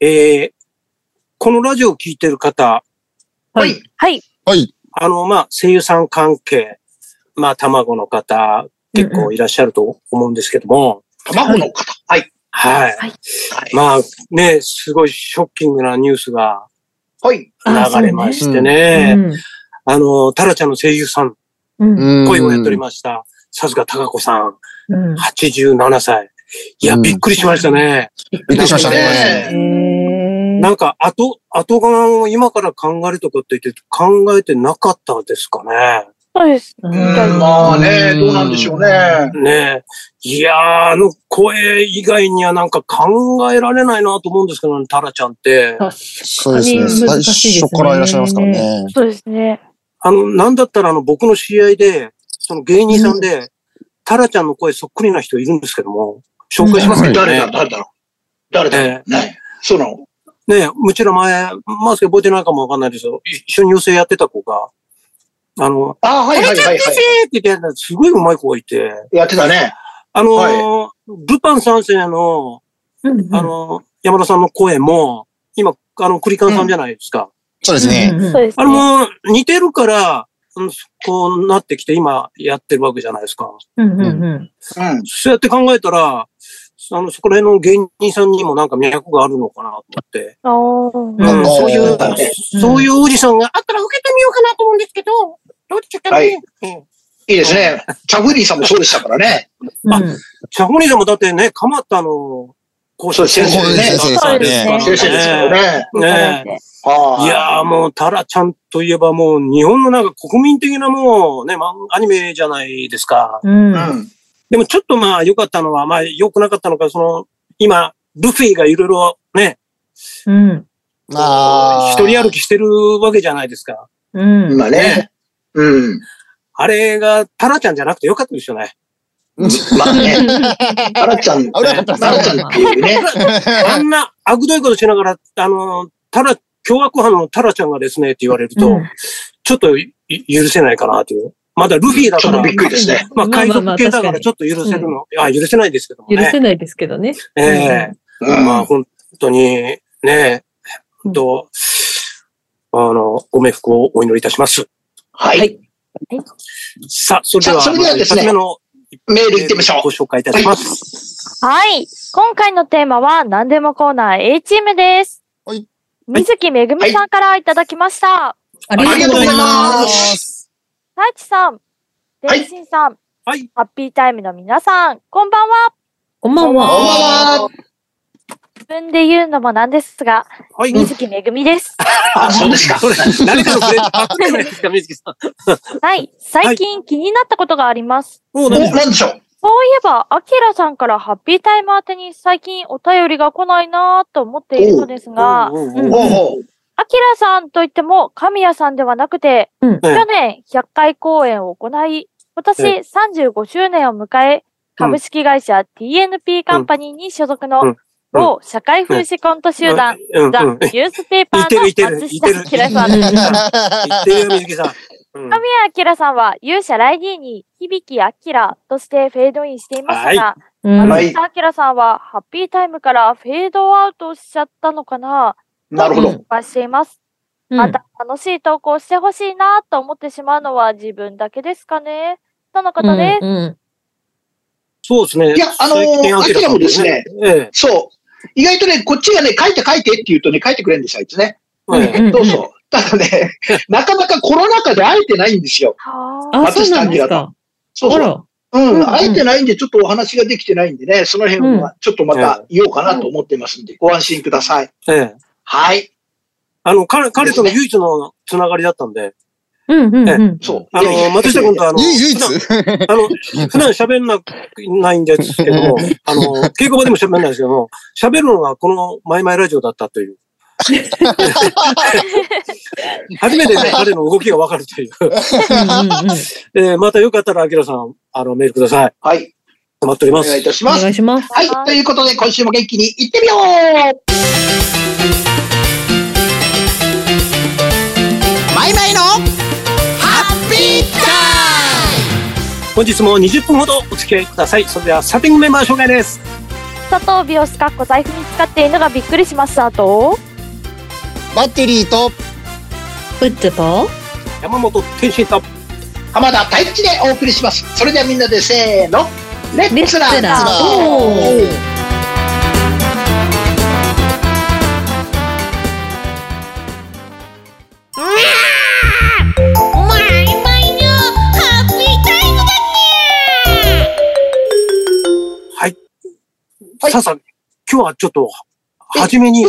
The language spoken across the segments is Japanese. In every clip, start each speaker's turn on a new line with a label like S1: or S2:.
S1: えー、このラジオを聞いてる方、
S2: はい。
S3: はい。
S4: はい。
S1: あの、まあ、声優さん関係、まあ、卵の方、結構いらっしゃると思うんですけども、
S2: 卵の方。はい。
S1: はい。
S3: はい
S2: はい。
S1: まあ、ね、すごいショッキングなニュースが
S2: はい。
S3: あ
S1: 流れましてね、あの、タラちゃんの声優さん、
S3: うん。うん。
S1: 声をやっておりました、さすが高子さん、
S3: うん。
S1: 87歳。いや、
S4: うん
S1: びっくりしましたね。
S4: びっくりしましたね。
S3: へー
S1: なんか、後、後がを今から考えるとかって言って、考えてなかったですかね。
S3: そうです。
S2: う
S3: みたい
S2: ん、
S3: な
S2: まあね、どうなんでしょうね。
S1: ねえ。いやー、あの声以外にはなんか考えられないなと思うんですけどね、タラちゃんって。
S4: そうですね。
S5: 難
S4: 最
S5: しいですね
S4: 初からいらっしゃいますからね。
S3: そうですね。
S1: あの、なんだったらあの、僕の知り合いで、その芸人さんで、タラちゃんの声そっくりな人いるんですけども、紹介しますけど
S2: 誰
S1: ね
S2: だ、。誰だろう。誰だろ
S1: え
S2: う。ね。その、
S1: えねえ、うちら前、マスケ覚えてないかもわかんないですよ。一緒に寄せやってた子が、あの、
S2: ああ、はいはいは
S1: タラ
S2: い、
S1: ちゃん
S2: は
S1: ですって言ってやったすごい上手い子がいて、
S2: い。やってたね。
S1: あのー、ルパン三世の、
S3: うん
S1: あのー、山田さんの声も、今、あの、栗ンさんじゃないですか。
S4: そうですね。
S3: そうです
S1: あ
S3: ね。
S1: の、似てるから、うんこうなってきて今やってるわけじゃないですか。
S5: うんうんうん。
S2: うん。
S1: そうやって考えたら、あの、そこら辺の芸人さんにもなんか脈があるのかなと思って。
S3: あー
S1: うん
S4: あのー
S1: そういう
S2: あのね、
S1: そういうおじさんがあったら受けてみようかなと思うんですけど、どうでしょうかね。
S2: はい
S1: うん
S2: いいですね。チャフリーさんもそうでしたからね。
S1: あ
S5: うん
S1: チャホニーさんもだってね、かまったの、講師
S2: そうです
S4: 先生ですからね。
S2: 先生ですよね。
S1: ねえ。
S2: はい
S1: やーもう、タラちゃんといえばもう、日本のなんか国民的なもうね、漫アニメじゃないですか。
S5: うん
S2: う
S5: うん
S2: ん。
S1: でもちょっとまあ良かったのは、まあ良くなかったのか、その、今、ルフィがいろいろね、
S5: うん
S4: ああ。
S1: 一人歩きしてるわけじゃないですか。
S5: うん。
S2: まあね。うん。
S1: あれが、タラちゃんじゃなくて良かったですよね。
S2: まあね。タラちゃん、タ
S4: 危なかったです
S2: ラち
S4: ね
S2: ゃんっていうね。
S1: あんな、悪どいことしながら、あの、タラ、凶悪犯のタラちゃんがですね、って言われると、
S5: うん
S1: ちょっとい許せないかなという。まだルフィだ
S2: ち
S1: か
S2: ょっ
S1: ら
S2: とび、っくりですね。
S1: まあ海
S5: まあ
S1: 賊
S5: まあ
S1: 系だ
S5: 確
S1: か
S5: からに
S1: ちょっと許せるの。あ、許せないですけども
S5: 許
S1: ね。
S5: せないですけどね。
S1: ええ
S2: うん。
S1: まあ、本当に、ね、本当、あの、ご冥福をお祈りいたします。
S2: はい。
S5: はい
S1: さあ、それでは、
S2: さあそれではですね
S1: まず一発目の
S2: メール行ってみましょ
S1: ご
S2: う。
S1: 紹介いたします。
S3: はい。今回のテーマは何でもコーナー A チームです。
S4: はい。
S3: 水木めぐみさんからいただきました。
S5: あ
S1: り
S5: り
S1: が
S5: が
S1: と
S5: と
S1: うご
S5: うご
S1: ざ
S5: ざ
S1: い
S5: い
S1: ま
S5: ます
S3: 大地さん、
S2: はい
S3: 天心さん、
S1: はい。
S3: ハッピータイムの皆さん、こんばんは。
S5: こんばん
S2: こんばん
S5: は。
S2: は。
S3: 自分で言うのもなんですが、
S1: はい。
S3: 水木めぐみです。
S2: あ、そうですか。
S1: それ、誰かのプレゼントあったんですか、水木さん。
S3: はい。最近気になったことがあります。
S1: もう
S2: お、
S1: ね、
S2: なんでしょう。
S3: そういえば、アキラさんからハッピータイム宛てに最近お便りが来ないなぁと思っているのですが、
S1: おうおうおう
S5: うん
S2: おうおう。
S3: アキラさんといっても神谷さんではなくて、
S5: うん
S3: 去年100回公演を行い、今年35周年を迎え、株式会社 TNP カンパニーに所属
S1: うんう
S3: の
S1: ん、
S3: 某社会福祉コント集団、
S1: うん、
S3: ザ・
S1: う
S3: ニ
S1: ん
S3: ュ。ースペーパ
S1: いてるいて
S3: ーの
S1: る
S3: 松
S1: いてる
S3: 下キラさん
S5: うん
S1: 言ってるよ、水木さん。うん。
S3: 神谷明さんは勇者ライディーに響き明としてフェードインしていましたが、
S5: うん
S2: はい
S3: 松下明さんはハッピータイムからフェードアウトしちゃったのかな
S2: なるほど。
S3: 失敗しています。
S5: うん
S3: また楽しい投稿をしてほしいなと思ってしまうのは自分だけですかねとのことです。
S5: うんうん
S1: そうですね。
S2: いやあのー
S1: 最近
S2: アキラもですね。
S1: ええ。
S2: そう。意外とね、こっちがね、書いて書いてって言うとね、書いてくれるんですよ、あいつね。
S5: うん
S1: ええ
S5: うん
S2: どうぞ。ただね、なかなかコロナ禍で会えてないんですよ。
S3: はあ
S5: あ、そうなんですか。
S2: そう
S5: あ
S2: そう。
S5: ら。
S2: う、
S5: うんん
S2: 会えてないんで、ちょっとお話ができてないんでね、その辺はちょっとまた言おうかなと思ってますんで、ご安心ください。
S1: ええ。
S2: はい。
S1: あの、彼、彼との唯一のつながりだったんで、
S5: うんうんうん。
S2: そう。
S1: あのー、松下君とあの、
S4: 唯 唯一
S1: 普段あの、普段喋んな、ないんですけど も、あの、稽古場でも喋んないですけども、喋るのがこのマイマイラジオだったと いう。初めてね、彼の動きがわかるという。
S5: うんうんうん
S1: えーまたよかったら、アキラさん、あの、メールください。
S2: はい。
S1: 待っており
S2: お
S1: ま
S2: 願いい
S1: す。
S2: たし
S5: お
S2: ます。
S5: 願いします。
S2: はい。ということで、今週も元気に行ってみよう
S4: マイマイのハッピータイ
S1: 本日も20分ほどお付き合いください。それでは、スターティングメンバー紹介です。
S3: 砂糖美容室かっこ財布に使っているのがびっくりしますあと
S4: バッテリーと
S5: ウッドと、
S1: 山本天心と、
S2: 浜田太一でお送りします。それではみんなでせーの。レッツラ
S5: レッツラ
S4: ツラ
S5: おー
S4: マイマイのハッピータイムだね
S2: はい
S1: さあさあ、今日はちょっと、初めに、
S2: え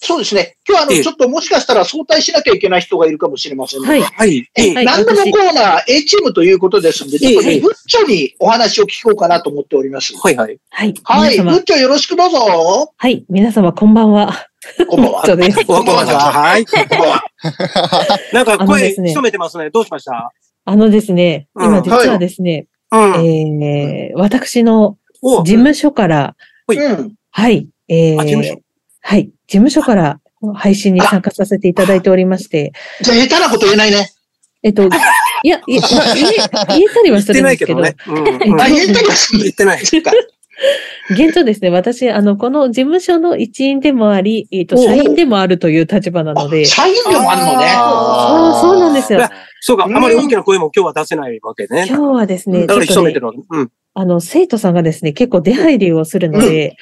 S2: そうですね。今日はあの、
S1: ええ
S2: ちょっともしかしたら早退しなきゃいけない人がいるかもしれませんので、
S5: はい。
S1: はい、ええ
S5: はい
S2: 何でもコーナー A チームということですんで、ちょっと
S1: え
S2: ね、
S1: え
S2: ブッチョにお話を聞こうかなと思っております。
S1: はいはい。
S5: はい。
S2: はい。ブ
S5: 皆様
S2: ッ、チョよろしくどうぞ。
S5: はい。皆様、こんばんは。
S2: こ んばんは。
S5: そうです。
S1: わかりましたはい。
S2: こんばんは。
S1: なんか
S5: あの
S1: 声
S5: ですね
S1: 潜めてますね。どうしました
S5: あのですね、
S1: うん
S5: 今実はですね、
S1: うん。
S5: えー、私の
S1: お
S5: 事務所から、
S2: うん。
S5: はい、えー、
S1: あ事務所
S5: はい、事務所から配信に参加させていただいておりまして、
S2: じゃあ、下手なこと言えないね。
S5: えっ と、いや、いや言え言えたりは
S1: 言っ
S5: す
S1: て
S5: るん
S1: な
S5: で
S1: い
S5: す
S1: け
S5: け
S1: ど
S5: ど、
S1: ね。うんうん
S2: あ、言えたりはする
S1: 言ってない。
S2: そっか。
S5: 現状ですね、私、あの、この事務所の一員でもあり、えっ、と、
S2: おう
S5: 社員で もあるという立場なの
S2: あ
S5: で、
S2: 社員でもあるのね。
S5: そう
S4: あー
S5: そうなんですよ。
S1: そうか、あ
S2: うん
S1: まり大きな声も今日は出せないわけね。
S5: 今日はですね、
S1: だから
S5: ち
S1: 潜
S5: ょっと
S1: め
S5: ね
S1: てるわけ。うん。
S5: あの、生徒さんがですね、結構出入りをするので、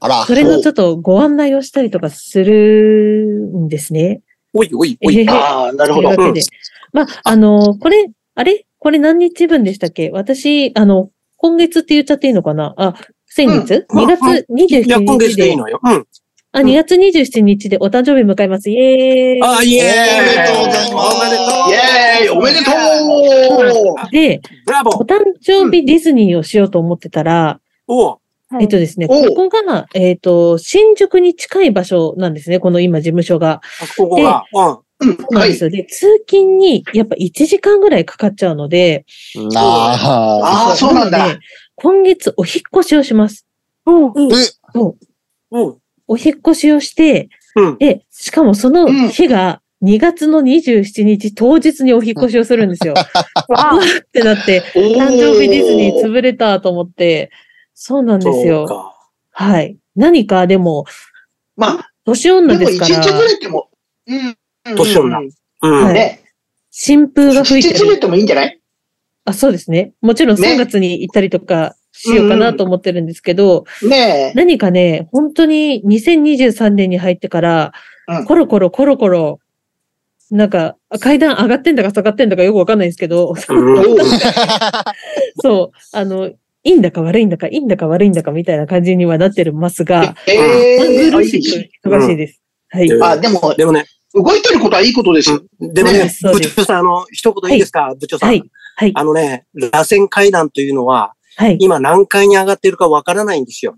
S4: あら。
S5: それのちょっとご案内をしたりとかするんですね。
S1: おいおいお
S5: えへ
S1: い。
S5: へ
S2: ああ、なるほど。
S5: というわけで。まあ、あの、これ、あれこれ何日分でしたっけ私、あの、今月って言っちゃっていいのかなあ、先月、
S1: うん
S5: ?2 月
S1: いや、今
S5: 27
S1: 月
S5: 日
S1: でい
S5: で
S1: いのよ。うん。
S5: あ、2月27日でお誕生日迎えます。イエーイ
S1: あ、いえ
S4: おめでとうございます
S1: おめでとう
S2: イエーイおめでとう
S5: で、
S1: ブラボ
S5: お
S1: ー
S5: 誕生日ディズニーをしようと思ってたら、
S1: おう
S3: はい
S5: えっとですね、
S2: おう
S5: ここが、えっと、新宿に近い場所なんですね、この今事務所が。
S1: あここが。うん。
S2: うん
S5: そうな
S2: は
S5: んです
S2: い。
S5: よ。で、通勤にやっぱ1時間ぐらいかかっちゃうので、
S4: なあ。
S2: ああ、そうなん
S5: なの
S2: だ
S5: で。。今月お引っ越しをします。
S4: え
S1: おう
S5: お引っ越しをして、
S1: うん。
S5: で、しかもその日が2月の27日当日にお引っ越しをするん ですよ。
S3: わ
S5: ってなって、
S2: おー
S5: 誕生日ディズニー潰れたと思って、そうなんです
S1: そう
S5: よ。
S1: か。
S5: はい。何かでも、
S2: まあ、
S5: 年女
S2: で
S5: で
S2: も
S5: す
S2: 一
S5: か
S2: 日ず
S5: ら、
S2: れても、うん。
S1: 年女
S2: うん
S1: うん。
S5: はい
S2: ね。
S5: 新風が
S2: 一
S5: 吹い
S2: 日
S5: て
S2: ずれ
S5: る。
S2: てもいいんじゃない
S5: あ、そうですね。もちろん
S2: ね
S5: 3月に行ったりとかしようかなと思ってるんですけど、
S2: ねえ。
S5: 何かね、本当に2023年に入ってから、
S2: うん
S5: コロコロコロコロ、なんか、階段上がってんだか下がってんだかよくわかんないんですけど、
S1: うん
S2: おう
S5: そう、あの、いいんだか悪いんだか、いいんだか悪いんだかみたいな感じにはなってますが、
S2: ええ
S5: 苦しく忙しいです。はい。
S1: うん
S2: あ、でも、
S1: でもね、
S2: 動いてることはいいことですよ。
S1: でもね、
S5: そう
S1: 部
S5: です
S1: 長さん、あの、一言いいですか、部長さん。
S5: はい。はい。
S1: あのね、螺旋階段というのは、
S5: はい。
S1: 今何階に上がってるかわからないんですよ。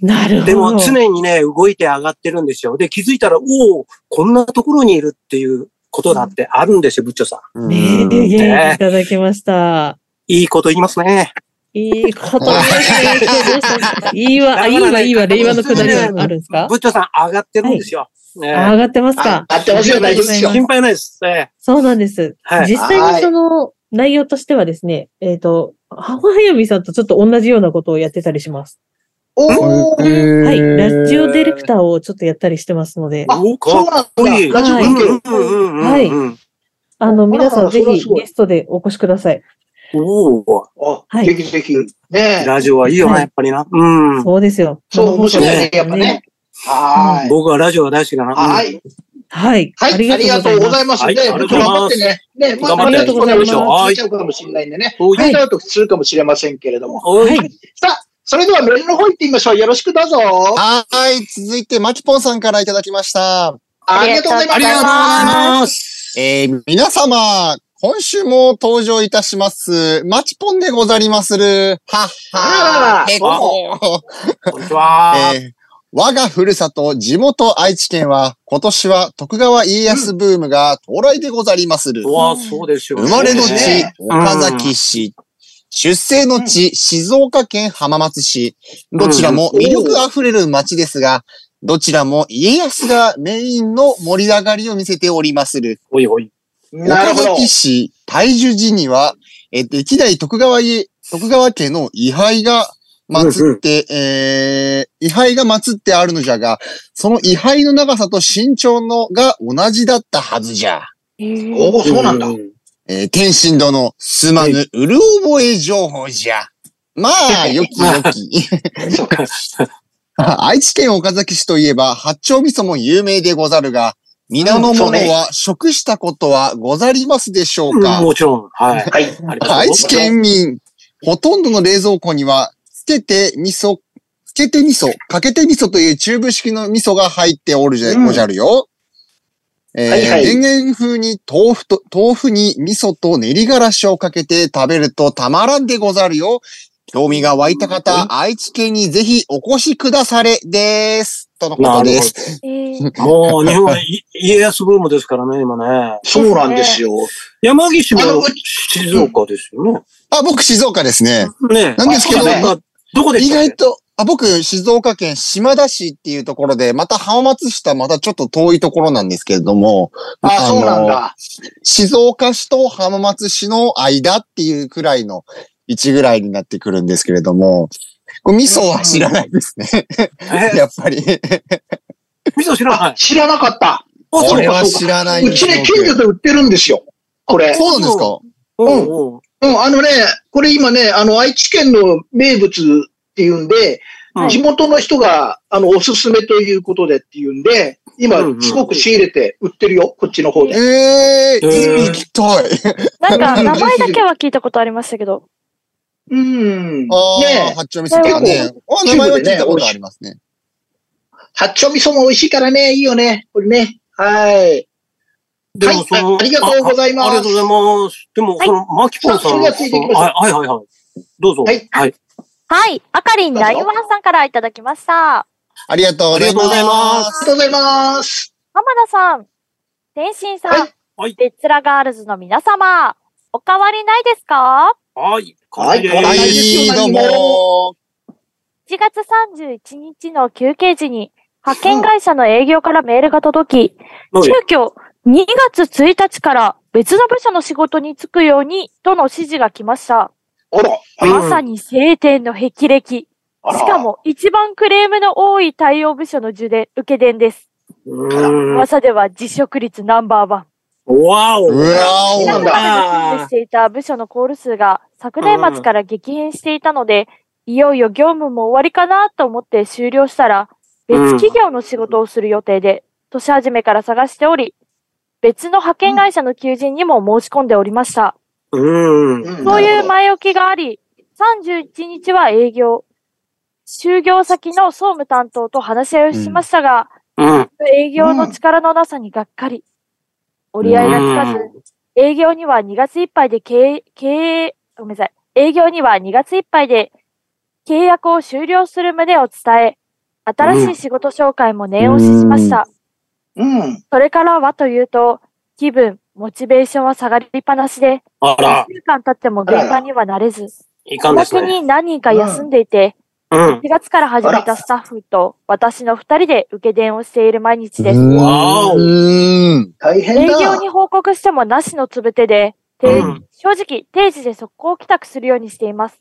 S5: なるほど。
S1: でも常にね、動いて上がってるんですよ。で、気づいたら、おお、こんなところにいるっていうことだってあるんですよ、部長さん。
S5: ねえ、元気いただきました。
S1: いいこと言いますね。
S5: いいこと ですね。いいわ、あいいわ、いいわ、令和のくだりはあるんですか
S1: 部長さん、上がってるんですよ。ね
S5: あ上がってます
S2: あ
S5: か
S2: あってほしいよ、大丈夫ですよ。
S1: 心配ないです。ええ
S5: そうなんです。
S1: はい。
S5: 実際にその内容としてはですね、えっ、と、母早見さんとちょっと同じようなことをやってたりします。
S2: おー
S5: は。
S4: はい
S5: ラジオディレクターをちょっとやったりしてますので、
S2: あ、そうなん
S1: お
S2: だ。
S1: い
S2: ラジオ
S5: は
S1: う
S5: い
S2: 聞
S1: ん
S2: ける。
S1: うんうんうん
S5: はい
S1: うん
S5: あの、皆さんぜ
S2: それはす
S5: ひ
S2: ごい
S5: ゲストでお越しください。
S1: おお、
S2: あ、
S5: はい
S2: ぜひぜひ。ねえ。
S1: ラジオはいいよ
S5: は
S1: な、
S5: い
S1: やっぱりな。うん。
S5: そうですよ。
S2: そう、面白い
S5: 生
S2: ね、やっ
S5: 放送
S2: ぱ
S5: です
S2: ね。。はーい。
S1: 僕はラジオが大好きだな。。
S2: はいい。
S5: はい。
S2: はい、ありがとうございます。
S1: はい
S2: ね、
S1: ありがとうございます
S2: 頑張ってね。ね、まあ、
S1: 頑張
S2: ま
S1: って
S2: たちょっとね、
S5: 頑張
S2: も
S5: りま
S2: し
S5: しょう
S2: 聞いちゃうかもしれないんでね。
S1: おい
S2: フェードアウトするかもしれませんけれども。
S1: おい
S5: はい。
S2: さあ、それではメールの方行ってみましょう。よろしくどうぞ。
S4: はい。続いて、マキポンさんからいただきました。
S2: ありがとうございます。。
S1: ありがとうございますす。
S4: えー、皆様、今週も登場いたします。マチポンでござりまする。はっ
S2: あら
S4: はー。えこ
S1: こんにちは。
S4: えー我がふるさと、地元愛知県は、今年は徳川家康ブームが到来でござりまする。
S1: うわ、そうですよ。
S4: 生まれの
S2: そうで
S4: 地
S2: すね、
S4: 岡崎市。出生の地、静岡県浜松市。どちらも魅力あふれる街ですが、どちらも家康がメインの盛り上がりを見せておりまする。
S1: おいおい。
S2: なる
S4: 岡
S2: ほど
S4: 崎。市大樹寺には、えー歴代徳川家、徳川家の位牌が祀って、えー、位牌が祀ってあるのじゃが、その位牌の長さと身長のが同じだったはずじゃ。
S2: おお、そうなんだ。
S4: えー天神殿、すまぬ、うる覚え情報じゃ。ま あ、よきよき。
S2: そうか。
S4: 愛知県岡崎市といえば、八丁味噌も有名でござるが、皆の者は食したことはござりますでしょうか、
S1: もちろん。はい。
S2: はい。
S1: ありがとう
S4: 愛知県民、ほとんどの冷蔵庫には、つけて味噌、つけて味噌、かけて味噌というチューブ式の味噌が入っておるじゃ、
S2: うん
S4: おじゃるよ。えー
S2: はいはい
S4: 田園風に豆腐と、豆腐に味噌と練りがらしをかけて食べるとたまらんでござるよ。興味が湧いた方、愛知県にぜひお越しくだされです。とのことです。
S3: えー
S1: もう日本はい家康ブームですからね、今ね。
S2: そうなんですよ。
S1: 山岸も
S2: あのう
S1: 静岡ですよね。
S4: あ、僕静岡ですね。
S1: ね
S4: なんですけど、
S2: あそうだね
S1: え。どこで
S4: 意
S1: したっ
S4: 外
S1: け
S4: と、あ、僕、静岡県島田市っていうところで、また浜松市とはまたちょっと遠いところなんですけれども、
S2: あ、そうなん
S4: の。
S2: だ。
S4: 静岡市と浜松市の間っていうくらいの位置ぐらいになってくるんですけれども、これ味噌は知らないですね。
S1: え
S4: やっぱり。
S1: 味噌知らない。
S2: 知らなかった。
S1: あ
S4: これは
S2: そうか
S4: 知らないうで
S2: ち
S4: す
S2: ね、
S4: ね。
S2: 近所で売ってるんですよ。これ。
S4: そうなんですか
S1: うんうん
S2: うん、あのね、これ今ね、あの、愛知県の名物っていうんで、
S1: うん
S2: 地元の人が、あの、おすすめということでっていうんで、今
S1: うんう、ん
S2: すごく仕入れて売ってるよ、こっちの方で。
S1: へ
S4: ええ
S1: ー
S4: ー、行きたい。
S3: なんか、名前だけは聞いたことありましたけど。
S2: うん。ね
S4: ああ、
S2: え、
S4: 八丁味噌とかね。あ、名前は聞いたことありますね。
S2: 八丁味噌も美味しいからね、いいよね、これね。はい。
S1: でも
S2: はい
S1: その
S2: あありがとうございます
S1: あありがとうございます。でも、
S3: はい
S1: その、マキポンさん。
S2: さあそれではついていきましょう
S1: はいはいはいはい。どうぞ。
S2: はい
S1: はい。
S3: はい。あかりんライワンさんからいただきました。
S4: ありがとうございます。
S1: ありがとうございま
S2: ありがとうございます。
S3: 浜田さん、天心さん、
S2: はい
S1: はい
S3: デッツラガールズの皆様、お変わりないですか
S1: はい。
S2: はい
S1: かわ
S4: は
S1: で
S2: い
S1: す
S4: い、どうも。
S3: ?1 月31日の休憩時に、派遣会社の営業からメールが届き、
S1: はい
S3: 急遽2月1日から別の部署の仕事に就くようにとの指示が来ました。
S2: あら、
S1: うん
S3: まさに晴天の霹靂。
S2: あら。
S3: しかも一番クレームの多い対応部署の受電、受け伝です。
S1: うーん。
S3: 噂では辞職率ナンバーワン。
S1: わお。
S4: うわ
S2: そうなん
S4: お。
S2: だ
S3: 勤務していた部署のコール数が昨年末から激変していたので、いよいよ業務も終わりかなと思って終了したら、
S1: うん
S3: 別企業の仕事をする予定で、年始めから探しており、別の派遣会社の求人にも申し込んでおりました。
S1: うーん。
S2: うん
S3: そういう
S2: なる
S3: 前置きがあり、31日は営業。就業先の総務担当と話し合いをしましたが、
S1: うん。
S3: 営業の力のなさにがっかり。折り合いがつかず、営業には2月いっぱいで経営、経営、ごめんなさい。営業には2月いっぱいで契約を終了する旨を伝え、新しい仕事紹介も念押ししました。
S2: ほどうん。
S3: それからはというと、気分、モチベーションは下がりっぱなしで、
S1: あら
S3: 1、週間経っても現場にはなれず、
S1: いか
S3: 自
S1: んです
S3: 宅
S1: ね。
S3: に何人か休んでいて、
S1: うん。
S3: 4月から始めたスタッフと私の2人で受け伝をしている毎日です。
S1: わお
S4: うん。
S2: 大
S3: 営
S2: 変だ。
S3: 業に報告してもなしのつぶてで、て
S1: うん
S3: 正直定時で速攻帰宅するようにしています。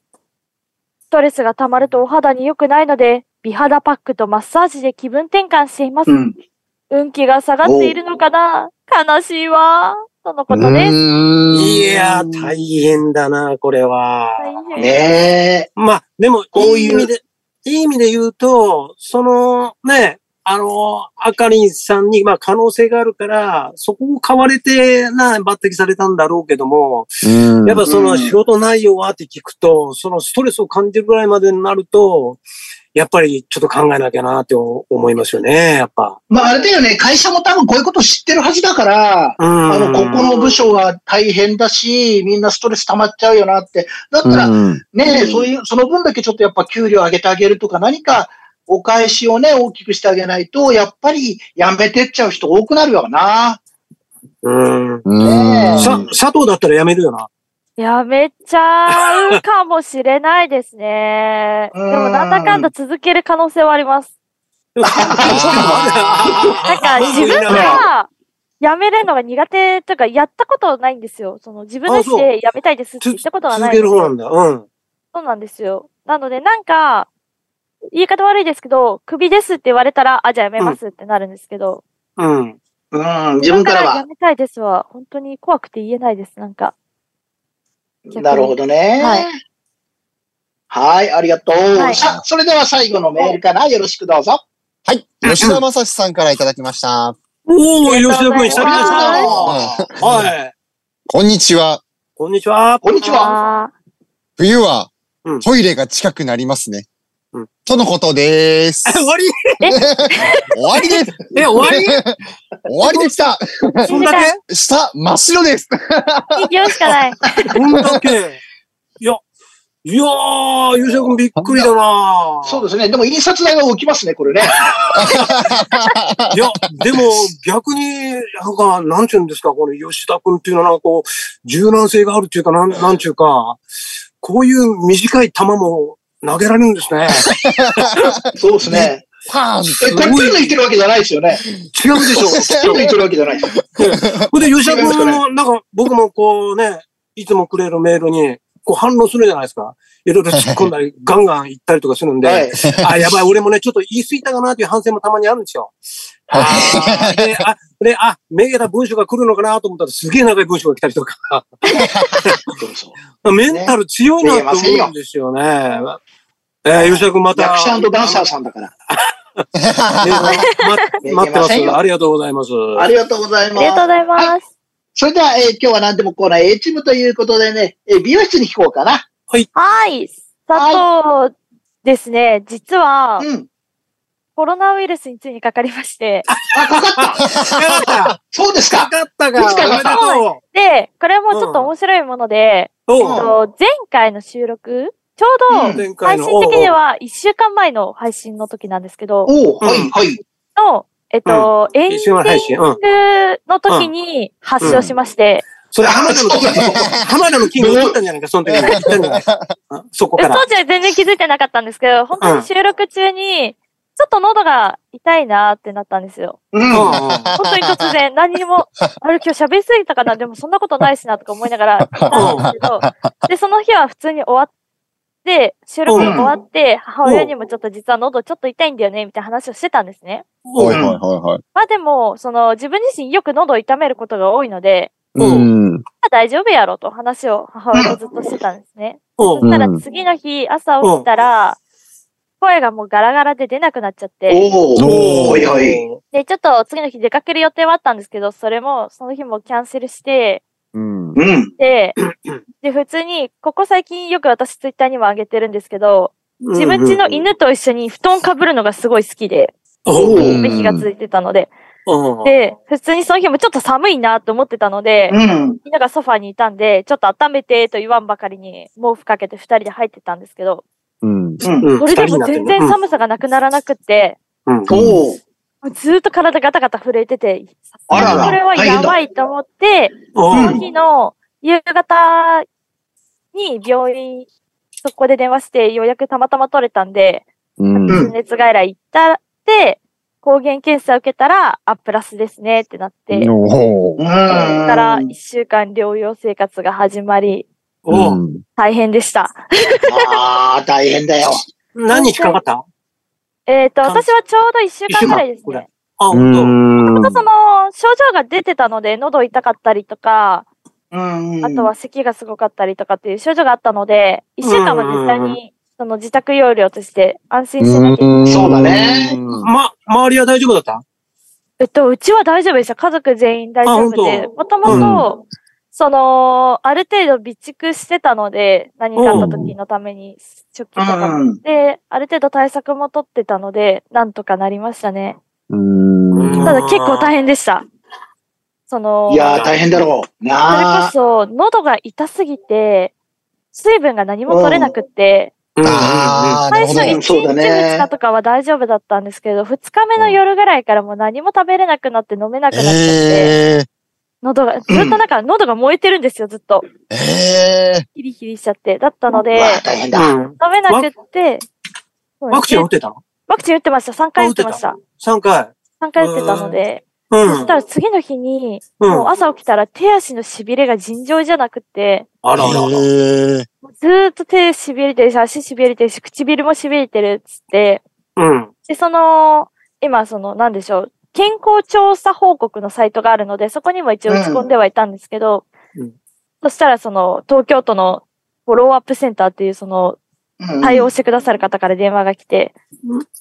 S3: ストレスが溜まるとお肌に良くないので、美肌パックとマッサージで気分転換しています。
S2: うん。
S3: 運気が下がっているのかな悲しいわ。とのことです。
S1: いやー、大変だな、これは。
S3: 大変
S2: ねえ。
S1: まあ、でも、
S2: こ
S1: いうい
S2: い
S1: 意
S2: う
S1: 味で、いい意味で言うと、その、ね、あの、あかりんさんに、まあ、可能性があるから、そこを買われて、な、抜擢されたんだろうけども、
S4: うん
S1: やっぱそうの
S2: ん
S1: 仕事内容はって聞くと、そのストレスを感じるぐらいまでになると、やっぱりちょっと考えなきゃなって思いますよね、やっぱ。
S2: まあ、あれだよね、会社も多分こういうこと知ってるはずだから、
S1: うん。
S2: あの、ここの部署は大変だし、みんなストレス溜まっちゃうよなって。だったら、
S4: うん
S2: ね、そういう、その分だけちょっとやっぱ給料上げてあげるとか、何かお返しをね、大きくしてあげないと、やっぱり辞めてっちゃう人多くなるよな。
S1: うん。
S4: うん
S1: さ、佐藤だったらやめるよな。
S3: やめちゃうかもしれないですね。で
S2: うん
S3: もなんだかんだ続ける可能性はあります。なんか自分が辞めるのが苦手とか、やったことないんですよ。その自分の意思で辞めたいですって言ったことは
S1: 続
S3: ない
S1: け
S3: んで
S1: る
S3: す
S1: 方
S3: よ
S1: なんだ。うん。
S3: そうなんですよ。なので、なんか、言い方悪いですけど、クビですって言われたら、あ、じゃあやめますってなるんですけど、
S1: うん。
S2: うん、自分から
S3: や
S2: は。
S3: めたいですは、本当に怖くて言えないです、なんか。逆に
S2: なるほどね。
S3: は
S2: はいい。ありがとう。
S3: はい
S2: さあ、それでは最後のメールかな。よろしくどうぞ。
S4: はい。吉田正史さんからいただきました。
S1: おー、吉田
S3: あ
S1: 君、
S3: り
S1: 久
S3: が
S1: 々
S3: とうござい
S1: で
S3: ますす
S1: な。
S4: う
S1: はい。
S4: こんにちは。
S1: こんにちは。
S2: こんにちは。
S3: は。
S4: 冬は
S1: うん、
S4: トイレが近くなりますね。
S1: うん
S4: とのことでーす。
S1: え、終わり
S4: 終わりです。
S1: え、終わ
S4: 終わりでした。
S1: りそんだけ
S4: 下、真っ白です。
S3: 行きようしかない。
S1: そんだけいや、いやー、吉田君びっくりだな。
S2: そうですすね。でも印刷代が起きますね、こ れね。
S1: いや、でも逆に、なんか、なんていうんですか、この吉田君っていうのはなんかこう、柔軟性があるっていうか、なん、なんていうか、こういう短い球も投げられるんですね。
S2: そうですね。
S4: パーン
S2: え、たっぷり抜いてるわけじゃないですよね。
S1: 違うでしょきっ
S2: たっ
S1: と
S2: ぷり抜いてるわけじゃないですよ。
S1: ほんで、吉田君も、なんか、僕もこうね、いつもくれるメールに、こう反応するじゃないですか。いろいろ突っ込んだり、ガンガン行ったりとかするん で、
S2: はい。
S1: あ、やばい、俺もね、ちょっと言い過ぎたかなっていう反省もたまにあるんですよ。あーで、あ、で、あ、めげた文章が来るのかなと思ったら、すげえ長い文章が来たりとか、
S2: そうそう
S1: メンタル強いなと思うんですよね。えー、吉田君また。
S2: 役者ダンサーさんだから。
S1: ねま待ってま
S2: めげません
S1: す。
S2: よ
S1: ありがとうございます。
S2: ありがとうござい
S3: あ
S2: ま
S3: り
S2: す
S3: がとうご。ざいます。
S2: それでは、えー今日は何でもコーナー A チームということでね、えー美容室に聞こうかな。
S3: はい。佐藤ですね、実は、
S2: うん。
S3: コロナウイルスについにかかりまして、
S2: あ、かかった。
S1: かかっ
S2: そうです
S1: た。か
S2: か。
S1: かったか。おめでと
S3: で、これもちょっと面白いもので、
S1: う。
S2: う
S3: え
S2: ん
S3: っ
S1: おう
S3: と前回の収録、ちょ
S2: う
S3: う
S1: 前
S3: んど配
S1: 回の。
S3: 信的には1週間前の配信の時なんですけど、
S2: おお、は
S1: うん
S2: い、はい。
S3: の、えっと、エンデ
S1: 一
S3: ィ
S1: 瞬
S3: ン
S1: 配信。うん。
S3: グの時に発症しまして、
S1: それ、花 田の金、花田の金が取ったんじゃないか、その時に。言ったんじゃないか。あそこ
S3: え
S1: から。
S3: 当時は全然気づいてなかったんですけど、本当に収録中に、ちょっと喉が痛いなーってなったんですよ。
S2: うん。
S1: うんう
S2: は
S1: ん
S3: 本当に突然、何に も、あれ今日喋りすぎたかな、でもそんなことないしなとか思いながら、たんですけど、で、その日は普通に終わって、収録も終わって、母親にもちょっと実は喉ちょっと痛いんだよね、みたいな話をしてたんですね。
S1: おう
S2: いはい
S4: はい。
S3: まあでも、その自分自身よく喉を痛めることが多いので、
S4: うん。
S3: まあ大丈夫やろと話を母親とずっとしてたんですね。
S1: お
S3: そうしたら次の日、朝起きたら、声がもうガラガラで出なくなっちゃって、
S2: おお、
S4: お
S2: はい、はい。
S3: で、ちょっと次の日出かける予定はあったんですけど、それも、その日もキャンセルして、
S4: うん。
S2: うん。
S3: で、で、普通に、ここ最近よく私ツイッターにも上げてるんですけど、自分家の犬と一緒に布団被るのがすごい好きで、
S1: お
S2: う
S1: うん
S3: 目日が続いてたので、
S1: おう
S3: で、普通にその日もちょっと寒いなと思ってたので、
S2: うん。
S3: みんながソファにいたんで、ちょっと温めてと言わんばかりに毛布かけて二人で入ってたんですけど、
S4: うん。
S2: うん。
S1: うん
S3: それでも全然寒さがなくならなくって、
S1: うん
S2: おお、
S3: もうずーっと体ガタガタ震えてて、
S2: あらら
S3: これはやばいと思って、
S1: おう
S3: その日の夕方に病院、そこで電話して、ようやくたまたま取れたんで、
S4: うん。
S2: ん
S3: 発熱外来行ったって、抗原検査受けたら、あ、プラスですねってなって、そ
S4: お
S2: うん。
S4: ー
S3: れから1週間療養生活が始まり、
S1: お
S4: う
S1: うん
S3: 大変でした。
S2: ああ、大変だよ。
S1: 何日かかった
S3: えっ、と、
S1: かん
S3: 私はちょうど1週間ぐらいで
S1: 一
S3: す
S1: 週間ぐら
S3: ね
S1: い。あ、
S4: う
S1: 本
S4: ん
S3: ちょっとその、症状が出てたので、喉痛かったりとか、
S2: うん。
S3: あとは、咳がすごかったりとかっていう症状があったので、1週間は絶対
S1: うんうん
S3: に、その自宅療養として安心しなきゃ。
S2: そうだね
S1: 当。ま、周りは大丈夫だった
S3: えっと、うちは大丈夫でした。家族全員大丈夫
S1: あ
S3: で。
S1: 本
S3: もともと、その、ある程度備蓄してたので、何かあった時のために、食器とか
S2: う
S3: も。
S2: ん。
S3: で、ある程度対策も取ってたので、なんとかなりましたね。
S4: うん。
S3: ただ結構大変でした。その、
S2: いやー、大変だろう。
S3: それ
S2: な
S3: こ
S2: あ。
S3: そ、喉が痛すぎて、水分が何も取れなくって、
S1: うん
S4: あー、な
S3: 最
S4: るほ
S3: 初
S4: ど。
S3: 1
S2: にそう
S3: 日
S2: だね
S3: 2日とかは大丈夫だったんですけど、2日目の夜ぐらいからもう何も食べれなくなって飲めなくなっちゃっ
S4: え
S3: て、喉 が、ずっとなんか喉が燃えてるんですよ、ずっと。
S4: ー、えー。
S3: ヒリヒリしちゃって。だったの
S2: う
S3: で、
S2: わー大変だ。
S1: うん
S3: 飲めなくって、
S1: ワクチン打っ
S3: そうで
S1: て
S3: すね
S1: たの
S3: ワクチン打ってました。3回打ってました。
S1: ?3 回。
S3: 3回打ってたので、
S1: う
S3: そ
S1: ん
S3: したら次の日に、
S1: う。
S3: もうん
S1: あ
S3: 朝起きたら手足のしびれが尋常じゃなくて、
S1: らあらあら。
S4: え
S3: もうずーっと手しびれてるし、足しびれてるし、唇もしびれてるっつって、
S1: うん。
S3: で、その、今その、なんでしょう、健康調査報告のサイトがあるので、そこにも一応打ち込んではいたんですけど、
S1: うん
S3: そしたらその、東京都のフォローアップセンターっていうその、
S2: うん
S3: 対応してくださる方から電話が来て、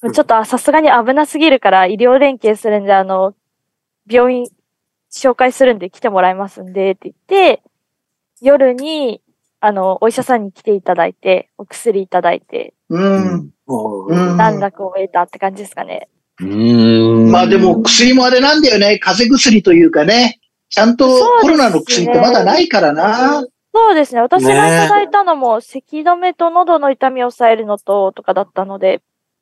S1: うん
S3: ちょっとあさすがに危なすぎるから医療連携するんで、あの、病院紹介するんで来てもらいますんで、って言って、夜に、あの、お医者さんに来ていただいて、お薬いただいて、
S2: うん。
S1: う。
S2: うんん。
S3: 段落を得たって感じですかね。
S4: うん。
S2: まあでも、薬もあれなんだよね。風邪薬というかね。ちゃんとコロナの薬ってまだないからな。
S3: そうですね。私がいただいたのも、咳止めと喉の痛みを抑えるのと、とかだったので、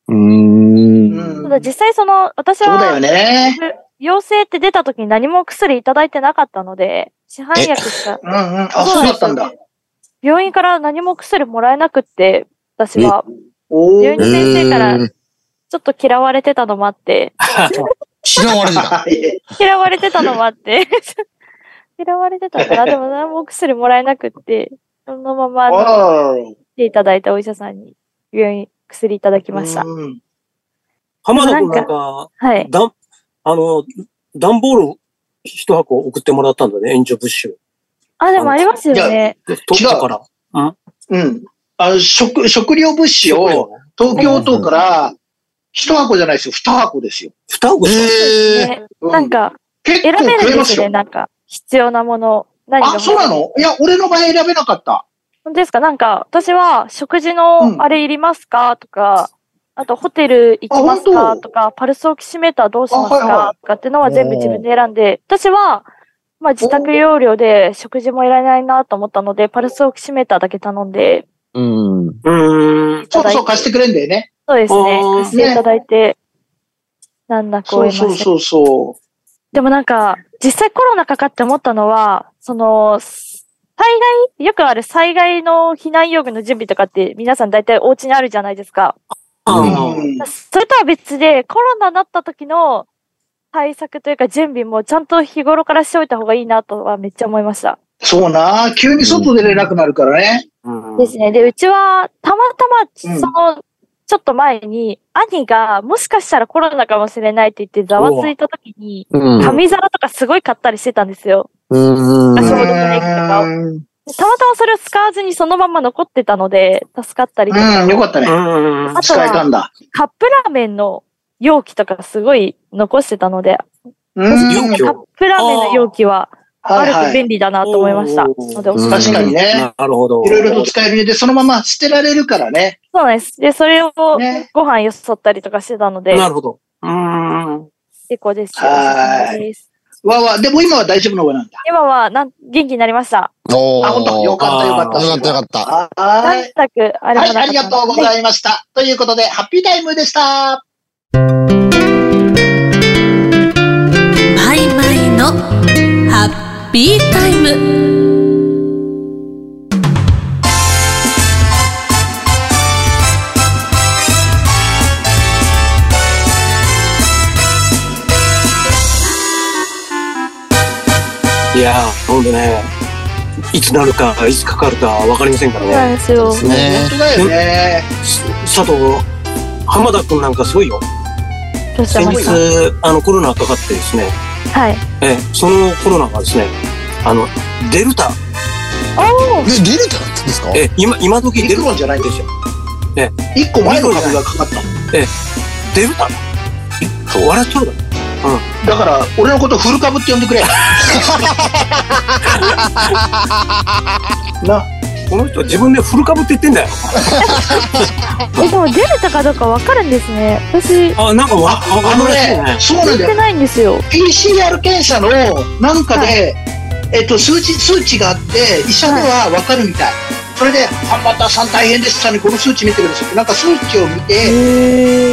S4: う。
S2: うんん
S3: ただ実際その、私
S2: そうだよ
S3: は、
S2: ね。
S3: 陽性って出た時に何もお薬いただいてなかったので、市販薬しか
S2: うんうん。あ、そうだったんだ。
S3: 病院から何も薬もらえなくって、私は、
S2: お
S3: 病
S2: ー
S3: 院。先生から
S4: うん
S3: ちょっと嫌われてたのもあって、
S4: 嫌われてた。
S2: はい
S3: 嫌われてたのもあって、 嫌われてたのかなでも何も薬もらえなくって、そのままあの来
S2: わー
S3: ていただいたお医者さんに、病院、薬いただきました。
S2: うん
S1: 浜田くんなんか、
S3: はい。
S1: だん、あの、段ボール一箱送ってもらったんだね、援助物資を。
S3: あ、でもありますよね。
S1: トップから。
S2: うん。あの、食、食料物資を東京都から一箱じゃないですよ。二箱ですよ。
S1: 二箱しか
S4: ええ
S3: ね
S2: うん
S3: なんか、
S2: 結
S3: 選
S2: 構
S3: べるん
S2: 食え
S3: で
S2: ます
S3: すね、
S2: よ。
S3: なんか、必要なもの。何が欲
S2: あ、
S3: しい
S2: そうなのいや、俺の場合選べなかった。
S3: 本当ですかなんか、私は、食事
S2: う
S3: の
S2: ん
S3: あれいりますかとか、あと、ホテル行きます
S2: あ
S3: か
S2: 本当
S3: とか、パルスオキシメーターどうします
S2: あはい
S3: か
S2: は
S3: とかっていうのは全部自分で選んで、私は、まあ自宅容量で食事もいらないなと思ったので、パルスオキシメーターだけ頼んで、
S4: う
S1: う
S4: ん。
S1: ん。
S2: そうそう、貸してくれんだよね。
S3: そうですね、
S1: あー
S3: 貸していただいて、なんだか終
S2: そ
S3: え
S2: う
S3: ました
S2: そう
S3: けど。
S2: そうそう。
S3: でもなんか、実際コロナかかって思ったのは、その、災害よくある災害の避難用具の準備とかって皆さん大体お家にあるじゃないですか。
S1: あ
S2: うん
S3: それとは別で、コロナになった時の対策というか準備もちゃんと日頃からしておいた方がいいなとはめっちゃ思いました。
S2: そうな、急に外出れなくなるからね。
S1: の
S3: ですね。で、うちは、たまた
S2: う
S3: ま、
S2: ん
S3: その、ちょっと前に、兄が、もしかしたらコロナかもしれないって言って、ざわついた時に、
S4: うん。
S3: 紙皿とかすごい買ったりしてたんですよ。
S4: うん。
S3: あ
S2: う
S3: そ
S2: ん
S3: うだったでたまたまそれを使わずにそのまま残ってたので、助かったりとか、
S2: うん、よかったね。
S1: うん。
S3: あと
S2: 使えた
S3: は、
S2: んだ。
S3: カップラーメンの容器とかすごい残してたので、
S2: うん。
S1: 容器
S3: カ
S1: を
S3: ップラーメンの容器は、あ
S2: はい
S3: る
S2: は
S3: と
S2: い。
S3: 便利だなと思いました。
S1: おー
S3: のでおすすめ
S2: 確かにね。
S1: なるほど。
S2: いろいろと使えるで、そのまま捨てられるからね。
S3: そうなんです。で、それを
S2: ね
S3: ご飯よそったりとかしてたので、
S1: なるほど。うん。
S3: 結構ですよ。
S2: はーい
S3: おすすめです
S2: わわ、でも今は大丈夫の方なんだ。
S3: 今はなん元気になりました。
S4: おー
S2: あ、本当よかったよかった。
S1: あ
S4: よかったよかった。
S2: はーい。
S3: 全くあれ
S2: は
S3: も
S2: い、
S3: な
S2: あ
S3: か
S2: り
S3: った
S2: が
S3: の
S2: と
S3: で
S2: うございました。ということで、ハッピータイムでした。
S6: マイマイのハッピータイム
S1: いやー、ほんとね、いつなるか、いつかかるかわかりませんから
S3: そうな
S1: ね。
S2: 本
S4: すね
S3: んですよ。
S2: 当だよね。
S1: す佐藤、浜田くんなんかすごいよ。
S3: どうして
S1: 先
S3: ま
S1: 日
S3: すか、
S1: あの、コロナかかってですね、
S3: はい。
S1: ええ、そのコロナがですね、あの、デルタ、
S3: おー
S4: ね、出れたんですか
S1: ええ、今、今時デ
S2: ビ
S1: ル
S2: ク
S1: タ
S2: ロンじゃないんで
S1: ですすよ。
S2: 一個前の株がかかったの。
S1: デルタ
S4: そう
S1: 笑っちゃうだろ。
S2: だから、俺のことフル株って呼んでく れ。な、
S1: この人自分でフル株って言ってんだよ。
S3: え、でも出れたかどうかわかるんですね。私、
S1: あ、なんかわ、わ
S2: あ
S1: かん
S2: の
S1: ないです
S2: ね
S1: ね、。
S2: そうなん
S3: 聞い
S2: だよ
S3: て。ないんですよ。
S2: PCR 検査のなんかで、えっと、数値数値があって医者では分かるみたい、それで「浜田さん大変でしたねこの数値見てください」なんか数値を見て
S3: へ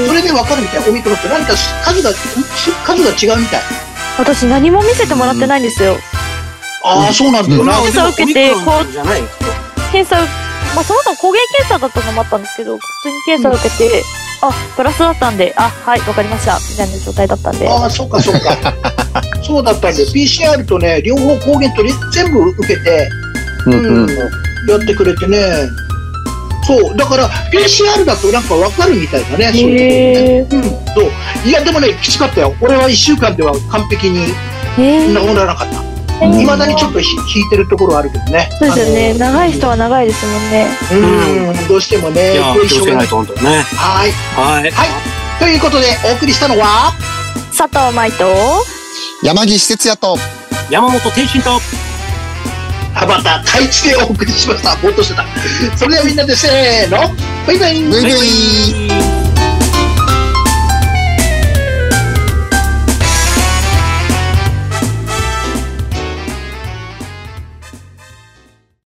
S2: そ
S3: ー
S2: れで分かるみたいオミクロンって何か数が数が違うみたい
S3: 私何も見せてもらってないんですよ。
S2: ああそうなんだよな、
S3: うん検査受けてこう
S1: オミクロンじゃないよ
S3: 検査、まあ、そもそも抗原検査だったのもあったんですけど、普通に検査受けて、あ、プラスだったんで、あ、はい、わかりました、みたいな状態だったんで、
S2: ああそうかそうかそうだったんで、PCR とね、両方抗原取り、全部受けて、
S4: うんうん。
S2: やってくれてね。そう、だから、PCR だとなんかわかるみたいだね、そういう
S5: へえ。
S2: とこね。うん、そう。いや、でもね、きつかったよ。俺は1週間では完璧に
S3: え
S2: 治らなかった。
S3: ー
S2: いまだにちょっとひ引いてるところはあるけどね。
S3: そうですよね。長い人は長いですもんね。
S2: あのうん、どうしてもね、
S1: いや、
S2: 後遺
S1: 気をつ
S2: 症
S1: け
S2: が
S1: ないと本当にね。
S2: はい。
S1: はい。
S2: はい。ということで、お送りしたのは、
S3: 佐藤舞と、
S4: 山岸哲也と、
S1: 山本天心と、
S2: 田畑太一でお送りしました。ぼーっとしてた。それではみんなでせーの、バイバイ
S4: ブイブイ
S1: バイバイ